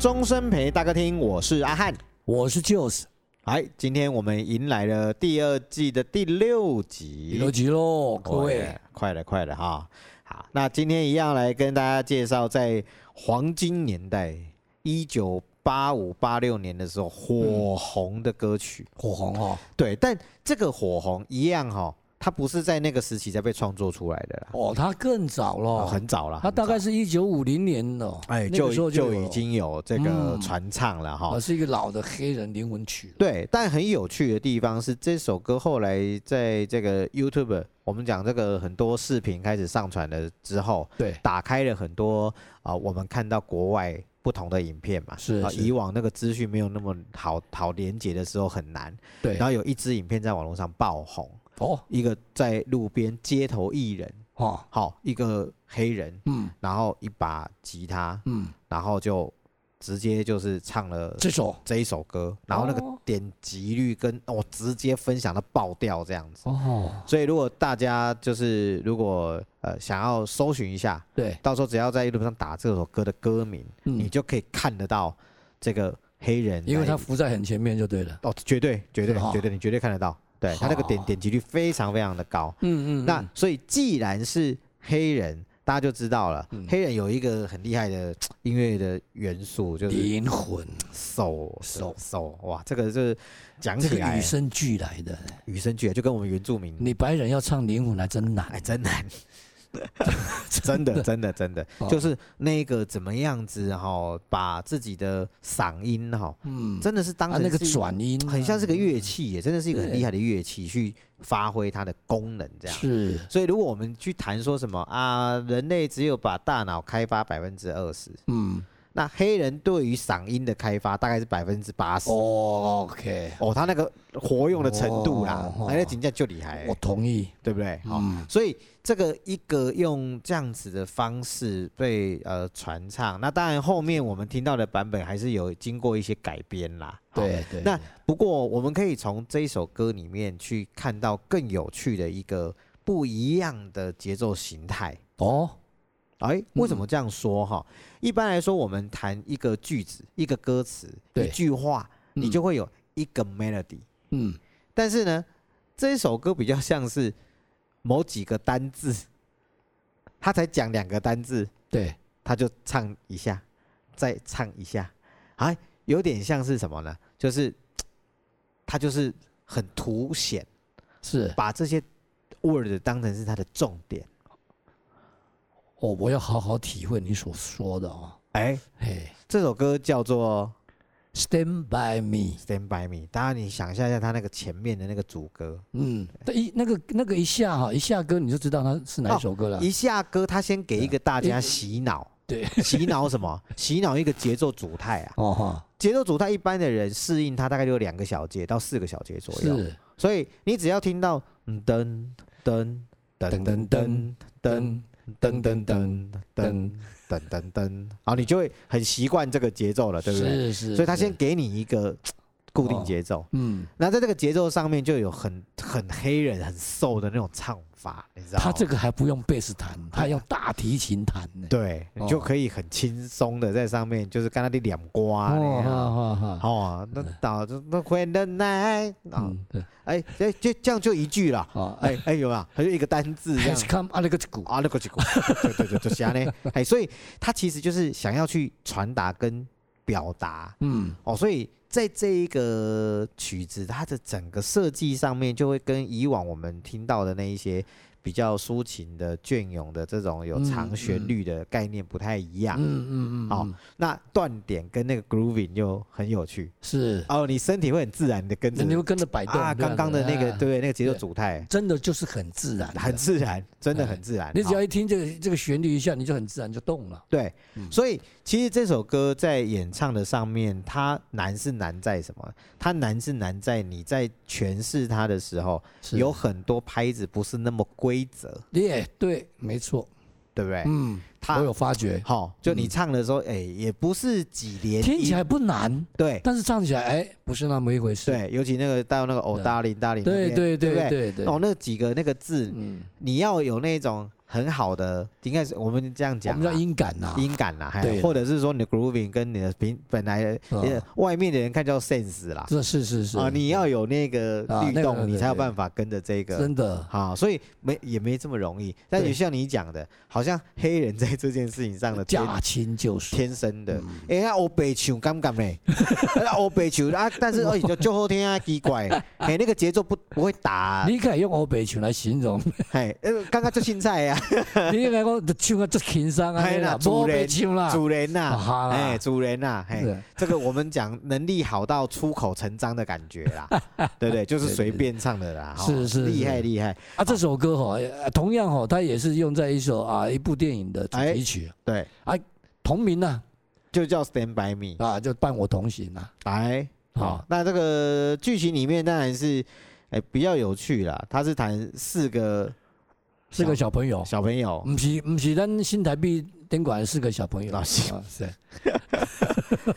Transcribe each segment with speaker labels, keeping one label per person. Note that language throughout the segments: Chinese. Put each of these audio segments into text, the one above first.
Speaker 1: 终身陪大客厅，我是阿汉。
Speaker 2: 我是 Jules，
Speaker 1: 哎，今天我们迎来了第二季的第六
Speaker 2: 李
Speaker 1: 集
Speaker 2: 罗，吉喽，各位
Speaker 1: 哎，快了，快了哈。好，那今天一样来跟大家介绍，在黄金年代，一九八五八六年的时候火红的歌曲。
Speaker 2: 火红哦，
Speaker 1: 对，但这个火红一样哈、它不是在那个时期才被创作出来的啦，
Speaker 2: 哦，他更早
Speaker 1: 哦、
Speaker 2: 了，
Speaker 1: 很早了。
Speaker 2: 他大
Speaker 1: 很早
Speaker 2: 概是一九五零年的，
Speaker 1: 哎，
Speaker 2: 那个时
Speaker 1: 就
Speaker 2: 候
Speaker 1: 就
Speaker 2: 有
Speaker 1: 已经哦有这个
Speaker 2: 嗯
Speaker 1: 传唱了哈、
Speaker 2: 啊是一个老的黑人灵魂曲，
Speaker 1: 对，但很有趣的地方是，这首歌后来在这个 YouTube，我们讲这个很多视频开始上传了之后，
Speaker 2: 对，
Speaker 1: 打开了很多啊、我们看到国外不同的影片嘛，
Speaker 2: 是
Speaker 1: 啊，
Speaker 2: 是
Speaker 1: 以往那个资讯没有那么好好连接的时候很难，
Speaker 2: 对
Speaker 1: 然，后有一支影片在网络上爆红，
Speaker 2: 哦，
Speaker 1: 一个在路边街头艺人，
Speaker 2: 哦，
Speaker 1: 好、一个黑人，
Speaker 2: 嗯
Speaker 1: 然后一把吉他，
Speaker 2: 嗯，
Speaker 1: 然后就直接就是唱了
Speaker 2: 这首
Speaker 1: 这一首歌，然后那个
Speaker 2: 哦
Speaker 1: 点击率跟我、哦直接分享到爆掉这样子。
Speaker 2: 哦，
Speaker 1: 所以如果大家就是如果呃想要搜寻一下，
Speaker 2: 对，
Speaker 1: 到时候只要在 YouTube 上打这首歌的歌名，你
Speaker 2: 嗯，
Speaker 1: 就可以看得到这个黑人来，
Speaker 2: 因为他浮在很前面就对了，
Speaker 1: 哦绝对绝对
Speaker 2: 是哈
Speaker 1: 绝对你绝对看得到，对他那个点
Speaker 2: 好
Speaker 1: 点击率非常非常的高。
Speaker 2: 嗯嗯，
Speaker 1: 那
Speaker 2: 嗯
Speaker 1: 所以既然是黑人。大家就知道了，
Speaker 2: 嗯
Speaker 1: 黑人有一个很厉害的音乐的元素，就是
Speaker 2: 灵魂
Speaker 1: 手手
Speaker 2: 手
Speaker 1: 手，哇，这个是讲
Speaker 2: 这
Speaker 1: 起
Speaker 2: 个
Speaker 1: 来
Speaker 2: 与生俱来的，
Speaker 1: 与生俱来，就跟我们原住民，
Speaker 2: 你白人要唱灵魂还真
Speaker 1: 哎，
Speaker 2: 难，
Speaker 1: 真难， 真 的真的真的，
Speaker 2: 哦
Speaker 1: 就是那个怎么样子哈、把自己的嗓音哈、
Speaker 2: 嗯，
Speaker 1: 真的是当
Speaker 2: 他
Speaker 1: 成
Speaker 2: 那个
Speaker 1: 是一
Speaker 2: 转音啊
Speaker 1: 很像是个乐器耶，真的是一个很
Speaker 2: 对
Speaker 1: 厉害的乐器，去发挥它的功能这样。
Speaker 2: 是，
Speaker 1: 所以，如果我们去谈说什么啊，人类只有把大脑开发百分之二十，
Speaker 2: 嗯
Speaker 1: 那黑人对于嗓音的开发大概是百分之八十。
Speaker 2: 哦，OK，
Speaker 1: 哦，他那个活用的程度啦，
Speaker 2: 哦
Speaker 1: 哎，那评价就厉害
Speaker 2: 我
Speaker 1: 欸，
Speaker 2: 同意，
Speaker 1: 对哦不对？好，
Speaker 2: 嗯，
Speaker 1: 所以这个一个用这样子的方式被呃传唱，那当然后面我们听到的版本还是有经过一些改编啦。好，
Speaker 2: 对对，
Speaker 1: 那不过我们可以从这一首歌里面去看到更有趣的一个不一样的节奏形态。
Speaker 2: 哦，
Speaker 1: 哎，为什么这样说哈？一般来说，我们谈一个句子、一个歌词、一
Speaker 2: 对
Speaker 1: 句话，你
Speaker 2: 嗯
Speaker 1: 就会有一个 melody。
Speaker 2: 嗯，
Speaker 1: 但是呢，这一首歌比较像是某几个单字，他才讲两个单字，
Speaker 2: 对，
Speaker 1: 他就唱一下，再唱一下，哎，有点像是什么呢？就是他就是很凸显，
Speaker 2: 是
Speaker 1: 把这些 word 当成是他的重点。
Speaker 2: 哦，我要好好体会你所说的哦。
Speaker 1: 哎，
Speaker 2: 嘿
Speaker 1: 这首歌叫做
Speaker 2: ，Stand by me，
Speaker 1: 《Stand by Me》，当然你想象一下他那个前面的那个主歌，
Speaker 2: 嗯，但一那个那个一下哈，一下歌你就知道它是哪一首歌了。
Speaker 1: 哦一下歌他先给一个大家洗脑，
Speaker 2: 啊对，
Speaker 1: 洗脑什么？洗脑一个节奏主态啊。
Speaker 2: 哦哈，
Speaker 1: 节奏组态一般的人适应它大概就有两个小节到四个小节左右，
Speaker 2: 是
Speaker 1: 所以你只要听到嗯噔噔噔噔噔噔噔
Speaker 2: 噔
Speaker 1: 噔噔噔
Speaker 2: 噔噔噔
Speaker 1: 噔
Speaker 2: 噔
Speaker 1: 噔噔噔，好，你就会很习惯这个节奏啊了，对不对？
Speaker 2: 是是，
Speaker 1: 所以他
Speaker 2: 是
Speaker 1: 先给你一个嘖固定节奏，
Speaker 2: 嗯，
Speaker 1: 那在这个节奏上面就有很很黑人很瘦的那种唱法，你知道吗？
Speaker 2: 他这个还不用贝斯弹，他用大提琴弹呢。
Speaker 1: 对你就可以很轻松的在上面，就是刚才的两瓜
Speaker 2: 哦，
Speaker 1: 那样。
Speaker 2: 哈哈哈，
Speaker 1: 哦，那导致那会的奶啊，
Speaker 2: 嗯，对，
Speaker 1: 哎，这就这样就一句 啦。
Speaker 2: 好，哎
Speaker 1: 哎哎，有啊，它就一个单字这样
Speaker 2: ，Has。come 啊那个鼓，
Speaker 1: 啊，那个就 对对对，就是啊呢。哎，所以他其实就是想要去传达跟表达
Speaker 2: 嗯，
Speaker 1: 哦，所以在这一个曲子，它的整个设计上面就会跟以往我们听到的那一些比较抒情的、隽永的这种有
Speaker 2: 嗯
Speaker 1: 长旋
Speaker 2: 嗯
Speaker 1: 律的概念不太一样。
Speaker 2: 嗯嗯嗯，
Speaker 1: 好
Speaker 2: 嗯，
Speaker 1: 那断点跟那个 grooving 又很有趣
Speaker 2: 是，
Speaker 1: 哦，你身体会很自然的跟着
Speaker 2: 你会跟着摆动
Speaker 1: 啊，
Speaker 2: 这样
Speaker 1: 刚刚的那个
Speaker 2: 哎
Speaker 1: 对那个节奏
Speaker 2: 对
Speaker 1: 主态，
Speaker 2: 真的就是很自然的，
Speaker 1: 很自然，真的很自然。
Speaker 2: 啊哎你只要
Speaker 1: 好
Speaker 2: 一听这个这个旋律一下，你就很自然就动了。
Speaker 1: 对，
Speaker 2: 嗯
Speaker 1: 所以其实这首歌在演唱的上面，它难是难在什么？它难是难在你在诠释它的时候，
Speaker 2: 是
Speaker 1: 有很多拍子不是那么规则，
Speaker 2: 也对，没错，
Speaker 1: 对不对？
Speaker 2: 嗯，
Speaker 1: 它
Speaker 2: 我有发觉，
Speaker 1: 好、就你
Speaker 2: 嗯
Speaker 1: 唱的时候，哎、也不是几连
Speaker 2: 听起
Speaker 1: 音，
Speaker 2: 来不难，
Speaker 1: 对
Speaker 2: 但是唱起来哎，不是那么一回事。
Speaker 1: 对，尤其那个到那个哦，
Speaker 2: 对
Speaker 1: 大林大林那
Speaker 2: 对
Speaker 1: 边，
Speaker 2: 对
Speaker 1: 对不哦
Speaker 2: 对对对，
Speaker 1: 哦，那几个那个字，
Speaker 2: 嗯，
Speaker 1: 你要有那种很好的，应该是我们这样
Speaker 2: 我
Speaker 1: 讲啊，
Speaker 2: 们叫音感呐、
Speaker 1: 音感啦，嘿
Speaker 2: 对
Speaker 1: 或者是说你的 grooving 跟你的平本来的、
Speaker 2: 嗯
Speaker 1: 也外面的人看叫 sense 啦，
Speaker 2: 这是是是
Speaker 1: 啊，你要有那个
Speaker 2: 啊
Speaker 1: 律
Speaker 2: 那个
Speaker 1: 动，
Speaker 2: 对
Speaker 1: 你
Speaker 2: 对
Speaker 1: 才有
Speaker 2: 对
Speaker 1: 办法跟着这个。
Speaker 2: 真的
Speaker 1: 好，所以没也没这么容易。但
Speaker 2: 对
Speaker 1: 也像你讲的，好像黑人在这件事情上的呃天
Speaker 2: 驾轻就熟。
Speaker 1: 天生的。
Speaker 2: 嗯
Speaker 1: 哎，那欧北球敢不敢嘞？ 那欧北球啊，但是而且就就后天啊，奇 怪，哎，那个节奏不不会打啊，
Speaker 2: 你可以用欧北球来形 容，
Speaker 1: 哎，呃刚刚就青菜 呀，
Speaker 2: 你应该讲唱啊，这轻松啊，
Speaker 1: 哎
Speaker 2: 那
Speaker 1: 啦
Speaker 2: 啦，
Speaker 1: 主
Speaker 2: 欧
Speaker 1: 人
Speaker 2: 北球啦，啊
Speaker 1: 主人呐，
Speaker 2: 哈
Speaker 1: 哎，
Speaker 2: 啦，
Speaker 1: 主人呐，哎，
Speaker 2: 是
Speaker 1: 这个我们讲能力好到出口成章的感觉 啦，对不对？就是随便唱的啦，
Speaker 2: 是
Speaker 1: 哦
Speaker 2: 是
Speaker 1: 厉害
Speaker 2: 是
Speaker 1: 厉害，
Speaker 2: 啊，这首歌哈，呃同样哈，它也是用在一首啊一部电影的主题曲，
Speaker 1: 对，
Speaker 2: 同名呐
Speaker 1: 就叫 Stand by me，
Speaker 2: 啊，就伴我同行呐
Speaker 1: 来，好
Speaker 2: 啊，，
Speaker 1: 那这个剧情里面当然是，哎，比较有趣啦，他是谈四个啊
Speaker 2: 四个小朋友，
Speaker 1: 小朋友，
Speaker 2: 不是不是咱新台币宾馆四个小朋友，
Speaker 1: 啊是
Speaker 2: 啊是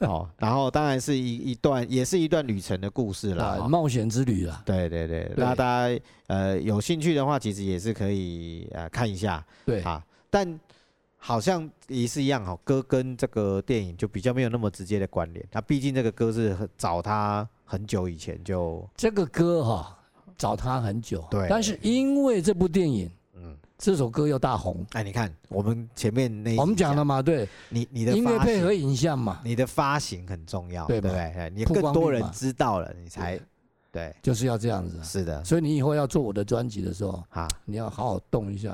Speaker 1: 哦，然后当然是一一段，也是一段旅程的故事啦。
Speaker 2: 啊，
Speaker 1: 哦
Speaker 2: 冒险之旅啦，
Speaker 1: 对对对，
Speaker 2: 对
Speaker 1: 那大家呃有兴趣的话，其实也是可以呃看一下
Speaker 2: 对，
Speaker 1: 啊。但好像也是一样哦，歌跟这个电影就比较没有那么直接的关联。那毕竟这个歌是很早他很久以前就
Speaker 2: 这个歌哈找他很久，
Speaker 1: 对
Speaker 2: 但是因为这部电影，
Speaker 1: 嗯，
Speaker 2: 这首歌又大红，
Speaker 1: 哎，你看我们前面那一
Speaker 2: 我们
Speaker 1: 集
Speaker 2: 讲了嘛，对，
Speaker 1: 你你的
Speaker 2: 音乐
Speaker 1: 发
Speaker 2: 配
Speaker 1: 行
Speaker 2: 合影像嘛，
Speaker 1: 你的发行很重要，
Speaker 2: 对
Speaker 1: 对
Speaker 2: 吧
Speaker 1: 不对？哎你
Speaker 2: 曝
Speaker 1: 更
Speaker 2: 光
Speaker 1: 多
Speaker 2: 率
Speaker 1: 人
Speaker 2: 嘛
Speaker 1: 知道了，你才对，
Speaker 2: 就是要这样子啊，
Speaker 1: 是的，
Speaker 2: 所以你以后要做我的专辑的时候，
Speaker 1: 啊，
Speaker 2: 你要好好动一下，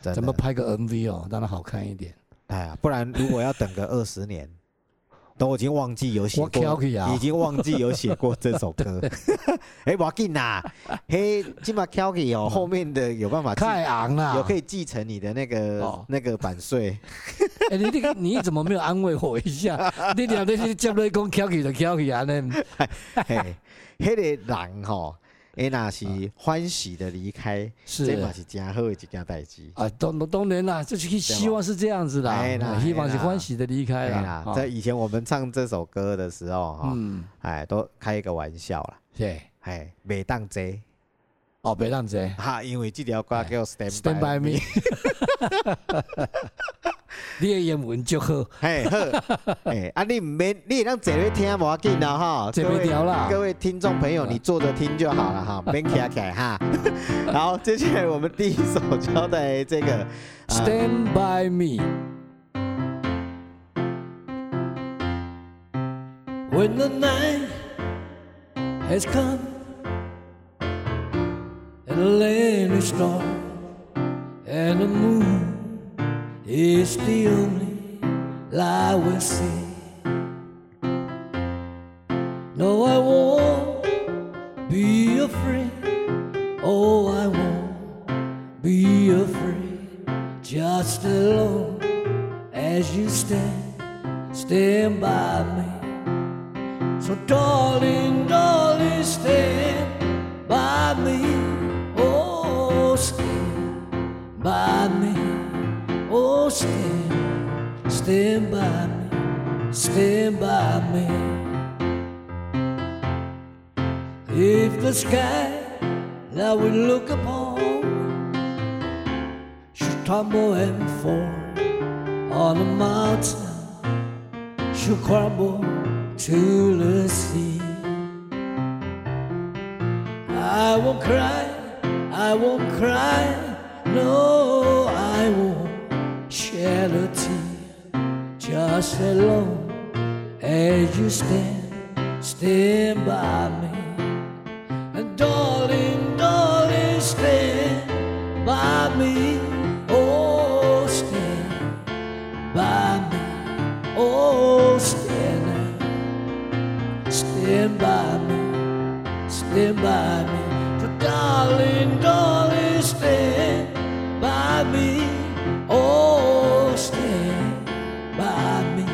Speaker 1: 真
Speaker 2: 咱
Speaker 1: 的。
Speaker 2: 们拍个 MV 哦，让它好看一点。
Speaker 1: 哎呀，不然如果要等个二十 年，都已经忘记有写
Speaker 2: 我翘
Speaker 1: 过，
Speaker 2: 起啊
Speaker 1: 已！经忘记有写过这首歌。 哎，我紧呐，嘿，今把 k 起
Speaker 2: 嗯
Speaker 1: 哦，后面的有办法继，
Speaker 2: 太昂了，
Speaker 1: 有可以继承你的那个
Speaker 2: 啊哦
Speaker 1: 那个版税。
Speaker 2: 哎、你这个你怎么没有安慰我 一下？你俩那些接雷公翘起就翘起啊，那
Speaker 1: 嘿，迄个人吼，哎，那是欢喜的离开，这
Speaker 2: 啊是
Speaker 1: 嘛是真好的一件代志。
Speaker 2: 啊，当当然啦，就是希望是这样子啦啊
Speaker 1: 哎啦，
Speaker 2: 希望
Speaker 1: 哎
Speaker 2: 是
Speaker 1: 啦
Speaker 2: 欢喜的离
Speaker 1: 哎
Speaker 2: 开啦
Speaker 1: 呀。，
Speaker 2: 啊
Speaker 1: 在以前我们唱这首歌的时候哈，
Speaker 2: 嗯，
Speaker 1: 哎，都开一个玩笑啦，
Speaker 2: 对，
Speaker 1: 哎，每当贼
Speaker 2: 哦，别让这
Speaker 1: 哈，因为这条歌叫
Speaker 2: 哎 Stand
Speaker 1: Stand
Speaker 2: by
Speaker 1: by me
Speaker 2: me。你的英文就好，
Speaker 1: 嘿 好，哎，啊，你唔免，你也当坐咧听无要紧啦哈，
Speaker 2: 嗯坐
Speaker 1: 各
Speaker 2: 袂
Speaker 1: 位
Speaker 2: 掉啦嗯
Speaker 1: 各位听众朋友，你坐着听就好了哈，免卡起来哈。 好，接下来我们第一首交代这个呃
Speaker 2: Stand by me. When the night has come and the land is dark and the moon is the only light we see. No, I won't be afraid. Oh, I won't be afraid just alone as you stand, stand by me. So, darling, darling, stand by me. Oh, stand by me. Oh, stand, stand by me, stand by me. If the sky that we look upon should tumble and fall on a mountain, should crumble to the sea. I won't cry, I won't cry, no, I won't shed a tear. Just alone as you stand, stand by me. And darling, darling, stand by me. Oh, stand by me. Oh, stand, stand by me. Stand by me. So, darling, darling, stand by me. Oh, stand by me.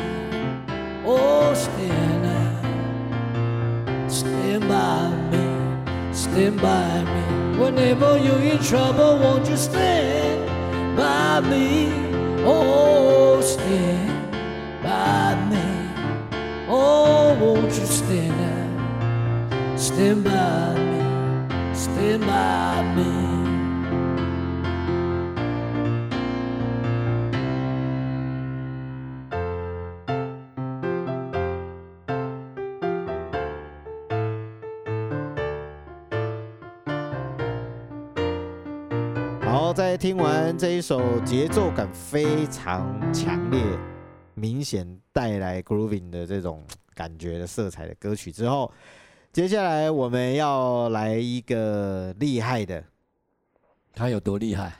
Speaker 2: Oh, stand Stand by me, stand by me. Whenever you're in trouble, won't you stand by me? Oh, stand by me. Oh, won't you stand up? Stand by me, stand by me.
Speaker 1: 好，在听完这一首节奏感非常强烈、明显带来 grooving 的这种感觉的色彩的歌曲之后，接下来我们要来一个厉害的
Speaker 2: 他有多厉害？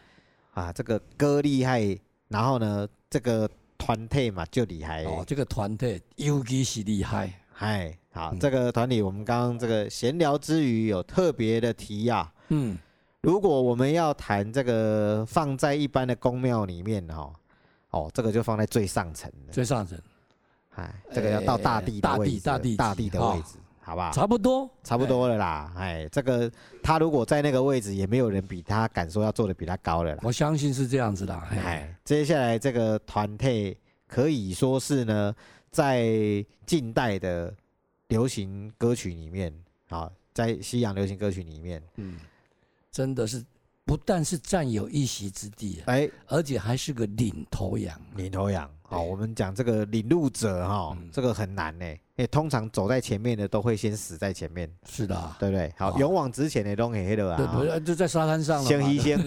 Speaker 1: 啊，这个歌厉害，然后呢，这个团体嘛就厉害。
Speaker 2: 哦，这个团队尤其是厉害。
Speaker 1: 嗨，好，
Speaker 2: 嗯
Speaker 1: 这个团体我们刚刚这个闲聊之余有特别的提啊，
Speaker 2: 嗯，
Speaker 1: 如果我们要谈这个放在一般的宫庙里面哦，哦，这个就放在最上层的，
Speaker 2: 最上层
Speaker 1: 哎，这个要到大地的
Speaker 2: 哎
Speaker 1: 位置，
Speaker 2: 大地
Speaker 1: 大
Speaker 2: 大
Speaker 1: 地
Speaker 2: 地
Speaker 1: 的位置，好不好？
Speaker 2: 差不多，
Speaker 1: 差不多了啦，哎，这个他如果在那个位置，也没有人比他敢说要做的比他高了啦。
Speaker 2: 我相信是这样子的。哎，
Speaker 1: 哎，接下来这个团体可以说是呢，在近代的流行歌曲里面啊，在西洋流行歌曲里面，
Speaker 2: 嗯，真的是不但是占有一席之地，
Speaker 1: 哎，
Speaker 2: 而且还是个领头羊。
Speaker 1: 领头羊。好，
Speaker 2: 对
Speaker 1: 我们讲这个领路者哈
Speaker 2: 嗯，
Speaker 1: 这个很难呢。哎，通常走在前面的都会先死在前面，
Speaker 2: 是的啊，
Speaker 1: 对不对？好，
Speaker 2: 哦
Speaker 1: 勇往直前的都黑的
Speaker 2: 对，不
Speaker 1: 啊，
Speaker 2: 是就在沙滩上了
Speaker 1: 先
Speaker 2: 嘛。
Speaker 1: 一先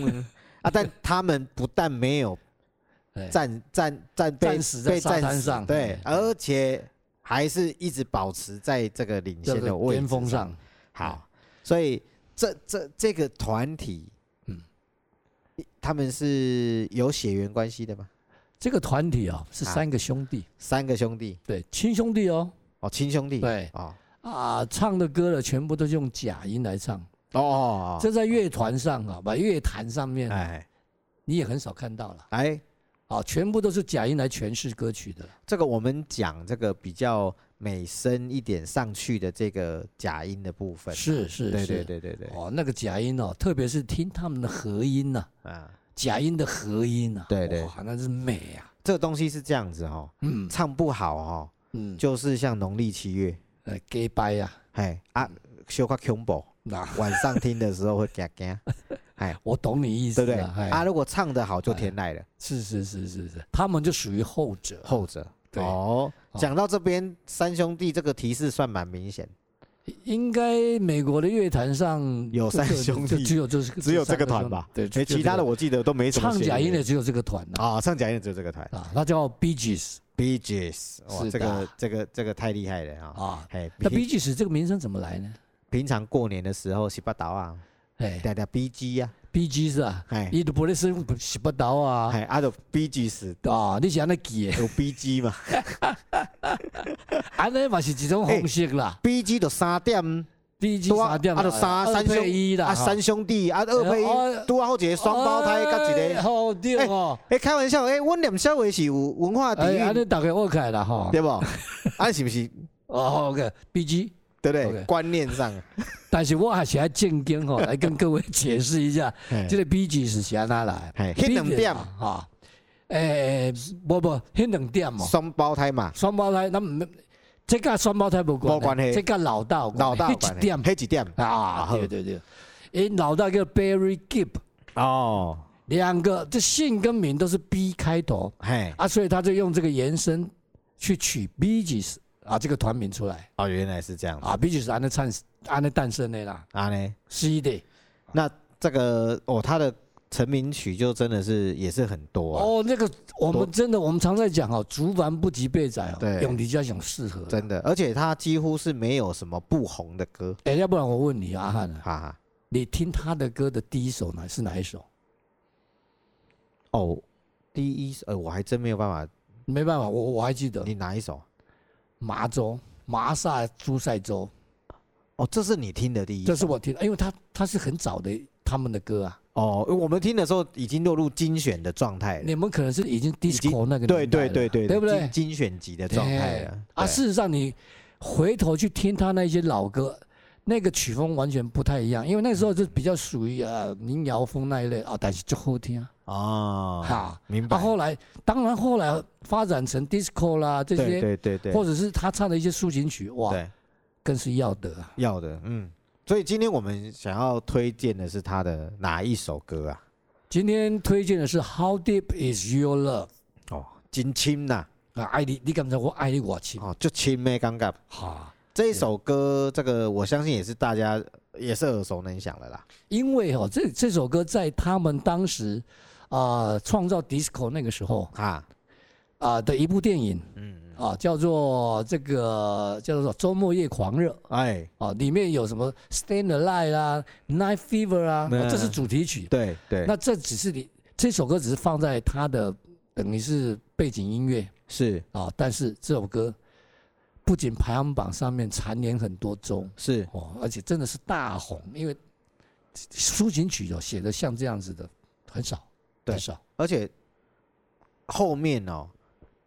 Speaker 1: 啊，但他们不但没有
Speaker 2: 哎
Speaker 1: 战战战被
Speaker 2: 战死在
Speaker 1: 被
Speaker 2: 沙
Speaker 1: 战
Speaker 2: 滩
Speaker 1: 死
Speaker 2: 上
Speaker 1: 对
Speaker 2: 嗯，
Speaker 1: 而且还是一直保持在这个领
Speaker 2: 这
Speaker 1: 先的
Speaker 2: 个
Speaker 1: 位置
Speaker 2: 巅峰上。，哎
Speaker 1: 好，所以这这这个团体，嗯
Speaker 2: 嗯，
Speaker 1: 他们是有血缘关系的吗？
Speaker 2: 这个团体啊是
Speaker 1: 啊
Speaker 2: 三个兄弟，
Speaker 1: 三个兄弟
Speaker 2: 对，亲兄弟哦。
Speaker 1: 哦，亲兄弟，
Speaker 2: 对
Speaker 1: 哦
Speaker 2: 啊，唱的歌呢全部都是用假音来唱，
Speaker 1: 哦哦，
Speaker 2: 这在乐团上啊，把乐坛上面啊
Speaker 1: 哎
Speaker 2: 你也很少看到了
Speaker 1: 哎，
Speaker 2: 啊，全部都是假音来诠释歌曲的。
Speaker 1: 这个我们讲这个比较美声一点上去的这个假音的部分，
Speaker 2: 是是
Speaker 1: 对
Speaker 2: 是，
Speaker 1: 对对对对，
Speaker 2: 哦，那个假音哦，特别是听他们的合音呐、
Speaker 1: 啊，
Speaker 2: 假音的合音呐、啊
Speaker 1: 对对
Speaker 2: 哇，那是美啊，
Speaker 1: 这个东西是这样子哦，
Speaker 2: 嗯
Speaker 1: 唱不好哦，
Speaker 2: 嗯，就
Speaker 1: 就是像农历七月，
Speaker 2: 呃 gay 掰呀，
Speaker 1: 哎啊，小可恐怖，
Speaker 2: 那
Speaker 1: 晚上听的时候会嘎 嘎，哎，
Speaker 2: 我懂你意思
Speaker 1: 对不对？
Speaker 2: 了，哎
Speaker 1: 啊，如果唱得好就天
Speaker 2: 哎
Speaker 1: 籁了，
Speaker 2: 是是是是是，他们就属于后者，
Speaker 1: 后者。
Speaker 2: 对
Speaker 1: 哦，
Speaker 2: 哦
Speaker 1: 讲到这边，三兄弟这个提示算蛮明显，
Speaker 2: 应该美国的乐坛上
Speaker 1: 有
Speaker 2: 就
Speaker 1: 三
Speaker 2: 就
Speaker 1: 兄
Speaker 2: 就
Speaker 1: 弟
Speaker 2: 只有就是
Speaker 1: 只有这
Speaker 2: 三
Speaker 1: 个团
Speaker 2: 兄弟
Speaker 1: 吧
Speaker 2: 对，
Speaker 1: 哎，
Speaker 2: 就
Speaker 1: 其他的
Speaker 2: 这个
Speaker 1: 我记得都没什么
Speaker 2: 唱
Speaker 1: 写
Speaker 2: 假音
Speaker 1: 的
Speaker 2: 的只有这个团啊
Speaker 1: 啊，唱假音的只有这个团
Speaker 2: 啊，那叫 Bee Gees
Speaker 1: ，Bee Gees，哇，
Speaker 2: 是
Speaker 1: 这个
Speaker 2: 的
Speaker 1: 这个这个太厉害了啊！
Speaker 2: 啊，
Speaker 1: 哎，
Speaker 2: 那
Speaker 1: 平
Speaker 2: Bee Gees 这个名声怎么来呢？
Speaker 1: 平常过年的时候，西巴岛啊，
Speaker 2: 哎
Speaker 1: 嗲嗲 B G 啊，
Speaker 2: ，Bee Gees 啊，
Speaker 1: 哎
Speaker 2: 伊都不咧是是不到啊，
Speaker 1: 哎，啊，就 Bee Gees
Speaker 2: 啊，你是安尼记的，
Speaker 1: 有 B G 嘛
Speaker 2: 安尼嘛是一种方式啦。
Speaker 1: ，B G 就三点，
Speaker 2: B G 三点
Speaker 1: 啊，就
Speaker 2: 啦，
Speaker 1: 三三
Speaker 2: 二
Speaker 1: 兄
Speaker 2: 配一啦，
Speaker 1: 啊，三兄弟啊，二配
Speaker 2: 哦
Speaker 1: 一，拄啊好一个双胞胎，甲一个，
Speaker 2: 好对哦，
Speaker 1: 哎，开玩笑，哎，阮念小维是有文化底
Speaker 2: 哎，安
Speaker 1: 蕴
Speaker 2: 尼大家 OK 啦吼
Speaker 1: 对，不？啊，是不是？
Speaker 2: 哦 OK，B G，
Speaker 1: 对 不对？
Speaker 2: OK
Speaker 1: 观念上，
Speaker 2: 但是我还是要正 经吼，来跟各位解释一下，这个 B G 是是安那来
Speaker 1: 嘿
Speaker 2: 的？
Speaker 1: 那两
Speaker 2: Bee Gees
Speaker 1: 点
Speaker 2: 啊哈，诶，不不，迄两点哦，
Speaker 1: 双胞胎嘛，
Speaker 2: 双胞胎，咱唔，这甲双胞胎无关，
Speaker 1: 无关系
Speaker 2: 这甲老大有关
Speaker 1: 老大
Speaker 2: 那一点
Speaker 1: 黑几点
Speaker 2: 啊，对对对，因老大叫 Barry Gibb，
Speaker 1: 哦，
Speaker 2: 两个这姓跟名都是 B 开头
Speaker 1: 嘿，
Speaker 2: 啊，所以他就用这个延伸去取 Bee Gees 啊这个团名出来
Speaker 1: 哦，原来是这样子
Speaker 2: 啊，Bee Gees 安那诞安那诞生的啦，
Speaker 1: 啊呢。
Speaker 2: 是的，
Speaker 1: 那这个哦，他的成名曲就真的是也是很多啊，
Speaker 2: 哦，那个我
Speaker 1: 多
Speaker 2: 们真的我们常在讲哦，竹凡不及被宰哦
Speaker 1: 对，
Speaker 2: 永迪家想适合，
Speaker 1: 真的，而且他几乎是没有什么不红的歌，
Speaker 2: 哎，要不然我问你阿汉啊，
Speaker 1: 哈哈。
Speaker 2: 你听他的歌的第一首哪是哪一首？
Speaker 1: 哦，第一首，呃，我还真没有办法，
Speaker 2: 没办法，我我还记得
Speaker 1: 你哪一首？
Speaker 2: 麻州、麻萨诸塞州，
Speaker 1: 哦，这是你听的第一首，
Speaker 2: 这是我听的，因为他他是很早的他们的歌啊，
Speaker 1: 哦，我们听的时候已经落入精选的状态了，
Speaker 2: 你们可能是已经
Speaker 1: 经
Speaker 2: disco 那个
Speaker 1: 对
Speaker 2: 年
Speaker 1: 对
Speaker 2: 代了
Speaker 1: 对对，
Speaker 2: 对不对
Speaker 1: 精？精选集的状态
Speaker 2: 对
Speaker 1: 了
Speaker 2: 啊，
Speaker 1: 对
Speaker 2: 事实上你回头去听他那些老歌，那个曲风完全不太一样，因为那时候就比较属于呃民谣风那一类啊，但是就好听啊。
Speaker 1: 哦，
Speaker 2: 好
Speaker 1: 明白。
Speaker 2: 啊，后来当然后来发展成 disco 啦这
Speaker 1: 对
Speaker 2: 些，
Speaker 1: 对对对，
Speaker 2: 或者是他唱的一些抒情曲，哇，
Speaker 1: 对
Speaker 2: 更是要得啊。
Speaker 1: 要的，嗯。所以今天我们想要推荐的是他的哪一首歌啊？
Speaker 2: 今天推荐的是 How Deep Is Your Love
Speaker 1: 哦，金亲呐，
Speaker 2: 啊，爱你，你敢不敢说我爱
Speaker 1: 哦
Speaker 2: 你我亲？
Speaker 1: 哦，就亲妹尴尬。
Speaker 2: 哈，
Speaker 1: 这一首歌，这个我相信也是大家也是耳熟能详的啦。
Speaker 2: 因为哦，这这首歌在他们当时啊、创造 disco 那个时候
Speaker 1: 啊，
Speaker 2: 啊、的一部电影
Speaker 1: 嗯，
Speaker 2: 啊、叫做这个叫做《周末夜狂热》
Speaker 1: 哎，
Speaker 2: 啊、里面有什么《Stand Alive》啊，《Night Fever》啊、
Speaker 1: 嗯
Speaker 2: 哦这是主题曲。
Speaker 1: 对对，
Speaker 2: 那这只是你这首歌只是放在他的等于是背景音乐
Speaker 1: 是
Speaker 2: 啊、但是这首歌不仅排行榜上面蝉联很多周，
Speaker 1: 是，
Speaker 2: 哦，而且真的是大红，因为抒情曲有写的像这样子的很少，
Speaker 1: 对
Speaker 2: 很少。
Speaker 1: 而且后面哦，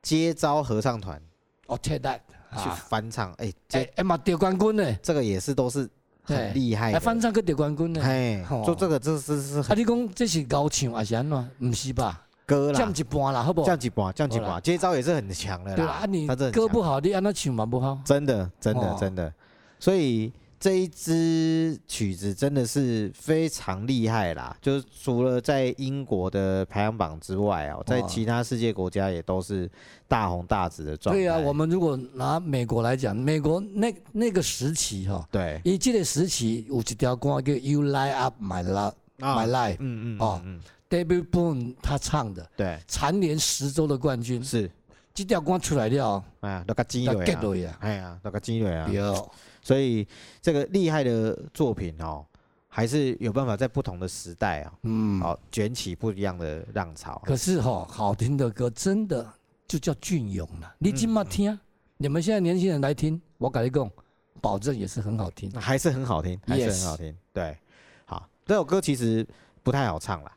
Speaker 1: 接招合唱团
Speaker 2: 哦，Take That
Speaker 1: 去
Speaker 2: 啊，
Speaker 1: 翻唱，哎，这
Speaker 2: 哎哎嘛，丢冠军呢，
Speaker 1: 这个也是都是
Speaker 2: 对
Speaker 1: 很厉害
Speaker 2: 还哎翻
Speaker 1: 的，
Speaker 2: 唱个丢冠军呢。啊，
Speaker 1: 哎
Speaker 2: 哦，
Speaker 1: 就这个这是是很
Speaker 2: 你讲这是高唱还是安怎？唔是吧？
Speaker 1: 歌啦
Speaker 2: 降，一半啦，好不好？
Speaker 1: 降几把，降几
Speaker 2: 好啦
Speaker 1: 把，接招也是很强的
Speaker 2: 对啦，
Speaker 1: 啦
Speaker 2: 啊，，你
Speaker 1: 他真的很
Speaker 2: 歌
Speaker 1: 强
Speaker 2: 不好，你安那唱嘛不好。
Speaker 1: 真的，真
Speaker 2: 哦
Speaker 1: 的，真的。所以这一支曲子真的是非常厉害啦，就是除了在英国的排行榜之外哦，在
Speaker 2: 哦
Speaker 1: 其他世界国家也都是大红大紫的状态。
Speaker 2: 对啊，我们如果拿美国来讲，美国那那个时期哈、
Speaker 1: 对
Speaker 2: 伊这个时期有一条歌叫《You Light Up My Love》，My
Speaker 1: 啊
Speaker 2: Life，
Speaker 1: 嗯嗯
Speaker 2: 哦
Speaker 1: 哦嗯，
Speaker 2: David Boone 他唱的，
Speaker 1: 对，
Speaker 2: 蝉联十周的冠军。
Speaker 1: 是
Speaker 2: 这条歌出来了，
Speaker 1: 哎呀，那个鸡
Speaker 2: 要
Speaker 1: 腿
Speaker 2: get
Speaker 1: 啊，
Speaker 2: 落呀，
Speaker 1: 哎呀，那个鸡腿啊，
Speaker 2: 对，
Speaker 1: 所以这个厉害的作品哦，还是有办法在不同的时代啊，
Speaker 2: 嗯。
Speaker 1: 哦，卷起不一样的浪潮。
Speaker 2: 可是哈、好听的歌真的就叫隽永了。
Speaker 1: 嗯
Speaker 2: 你今嘛听、你们现在年轻人来听，我跟你讲，保证也是很好听。
Speaker 1: 还是很好听，还是
Speaker 2: Yes
Speaker 1: 很好听。对，好，这首歌其实不太好唱啦，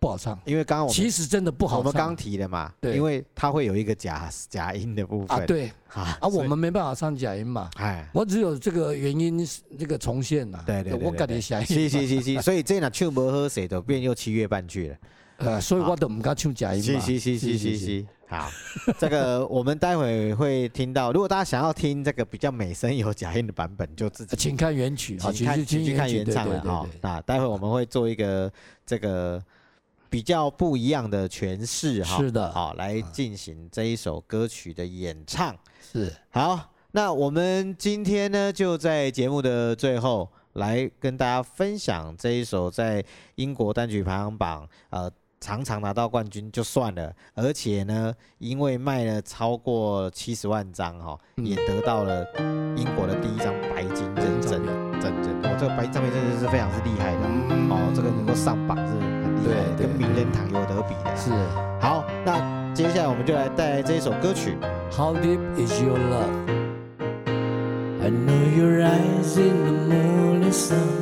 Speaker 2: 不好唱，
Speaker 1: 因为刚刚我们
Speaker 2: 其实真的不好唱。
Speaker 1: 我们刚提的嘛，
Speaker 2: 对
Speaker 1: 因为它会有一个假假音的部分
Speaker 2: 啊，对
Speaker 1: 啊
Speaker 2: 啊，我
Speaker 1: 所以
Speaker 2: 们没办法唱假音嘛，
Speaker 1: 哎，
Speaker 2: 我只有这个原因是这个重现呐、
Speaker 1: 对对对对
Speaker 2: 我跟你想，
Speaker 1: 是是是是，所以这场唱不喝水的变又七月半去了，
Speaker 2: 呃，所以我都不敢唱假音
Speaker 1: 是
Speaker 2: 嘛。
Speaker 1: 是是是是
Speaker 2: 是
Speaker 1: 是，好， 这个我们待会会听到，如果大家想要听这个比较美声有假音的版本，就自己
Speaker 2: 请看原曲啊，
Speaker 1: 请看
Speaker 2: 去
Speaker 1: 请去看原唱了哈
Speaker 2: 啊。。
Speaker 1: 那待会我们会做一个这个比较不一样的诠释哈。
Speaker 2: 是的
Speaker 1: 好，来进行这一首歌曲的演唱。
Speaker 2: 对对对是
Speaker 1: 好，那我们今天呢，就在节目的最后来跟大家分享这一首在英国单曲排行榜呃。常常拿到冠军就算了，而且呢，因为卖了超过七十万张哈、
Speaker 2: 嗯
Speaker 1: 也得到了英国的第一张白金认证。
Speaker 2: 的，
Speaker 1: 真真，我这个白金唱片真的是非常是厉害的
Speaker 2: 嗯
Speaker 1: 哦，这个能够上榜是很厉害的，
Speaker 2: 对对
Speaker 1: 跟名人堂有得比的。
Speaker 2: 是
Speaker 1: 好，那接下来我们就来带来这一首歌曲。
Speaker 2: How deep is your love? I know your eyes in the morning sun.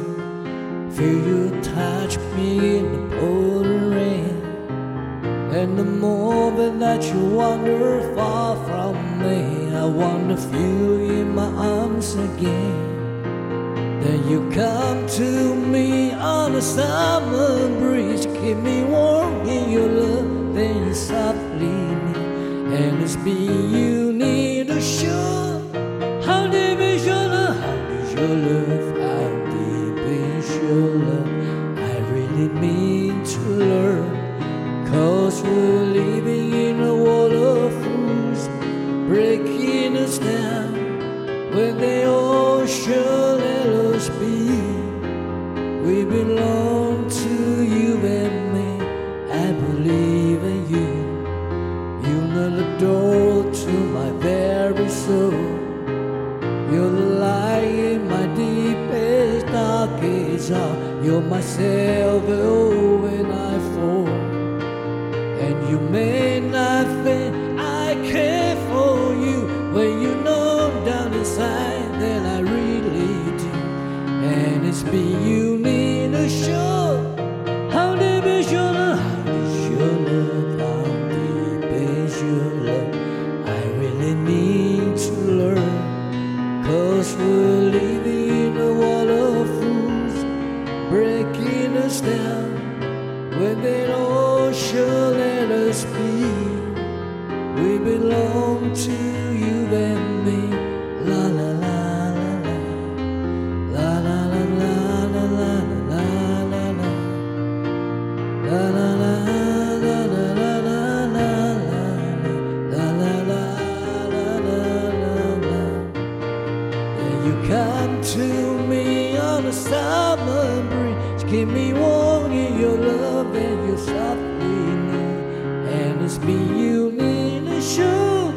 Speaker 2: Feel you touch me in the pouring rain. And the moment that you wander far from me, I want to feel you in my arms again. Then you come to me on a summer breeze, keep me warm in your love, then you softly kneel. And it's me you need to show. How deep is your love? How deep is your love? How deep is your love? I really mean to learn. Cause we're living in a world of fools, breaking us down. When the ocean let us be, we belong to you and me. I believe in you. You know the door to my very soul. You're the light in my deepest, darkest hour. You're my savior when I fall. And you may not think I care for you when you know down inside that I really do. And it's me you need to show how deep is your love, how deep is your love, how deep is your love. I really need to learn, cause we're living in a world of fools, breaking us down. When the ocean let us be, we belong to you and me. La la la la la la la la la la la la la la la la la la la la la la la la la la la la la. And you come to me on a summer breeze. Give me warm in your love and your soft leaning. And it's me you need to show.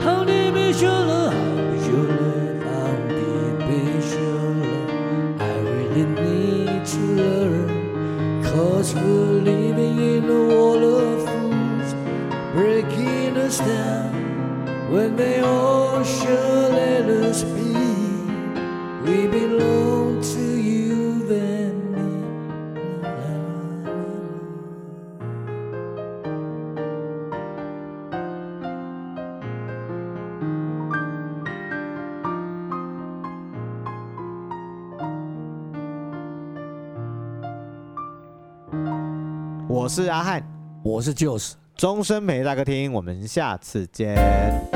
Speaker 2: How deep is your love? How is your love? How deep is your love? I really need to learn. Cause we're living in a world of fools. Breaking us down when they all shall let us be. We belong to you and me. La, la, la, la.
Speaker 1: 我是阿汉，
Speaker 2: 我是 Jules。
Speaker 1: 终身陪大哥听，我们下次见。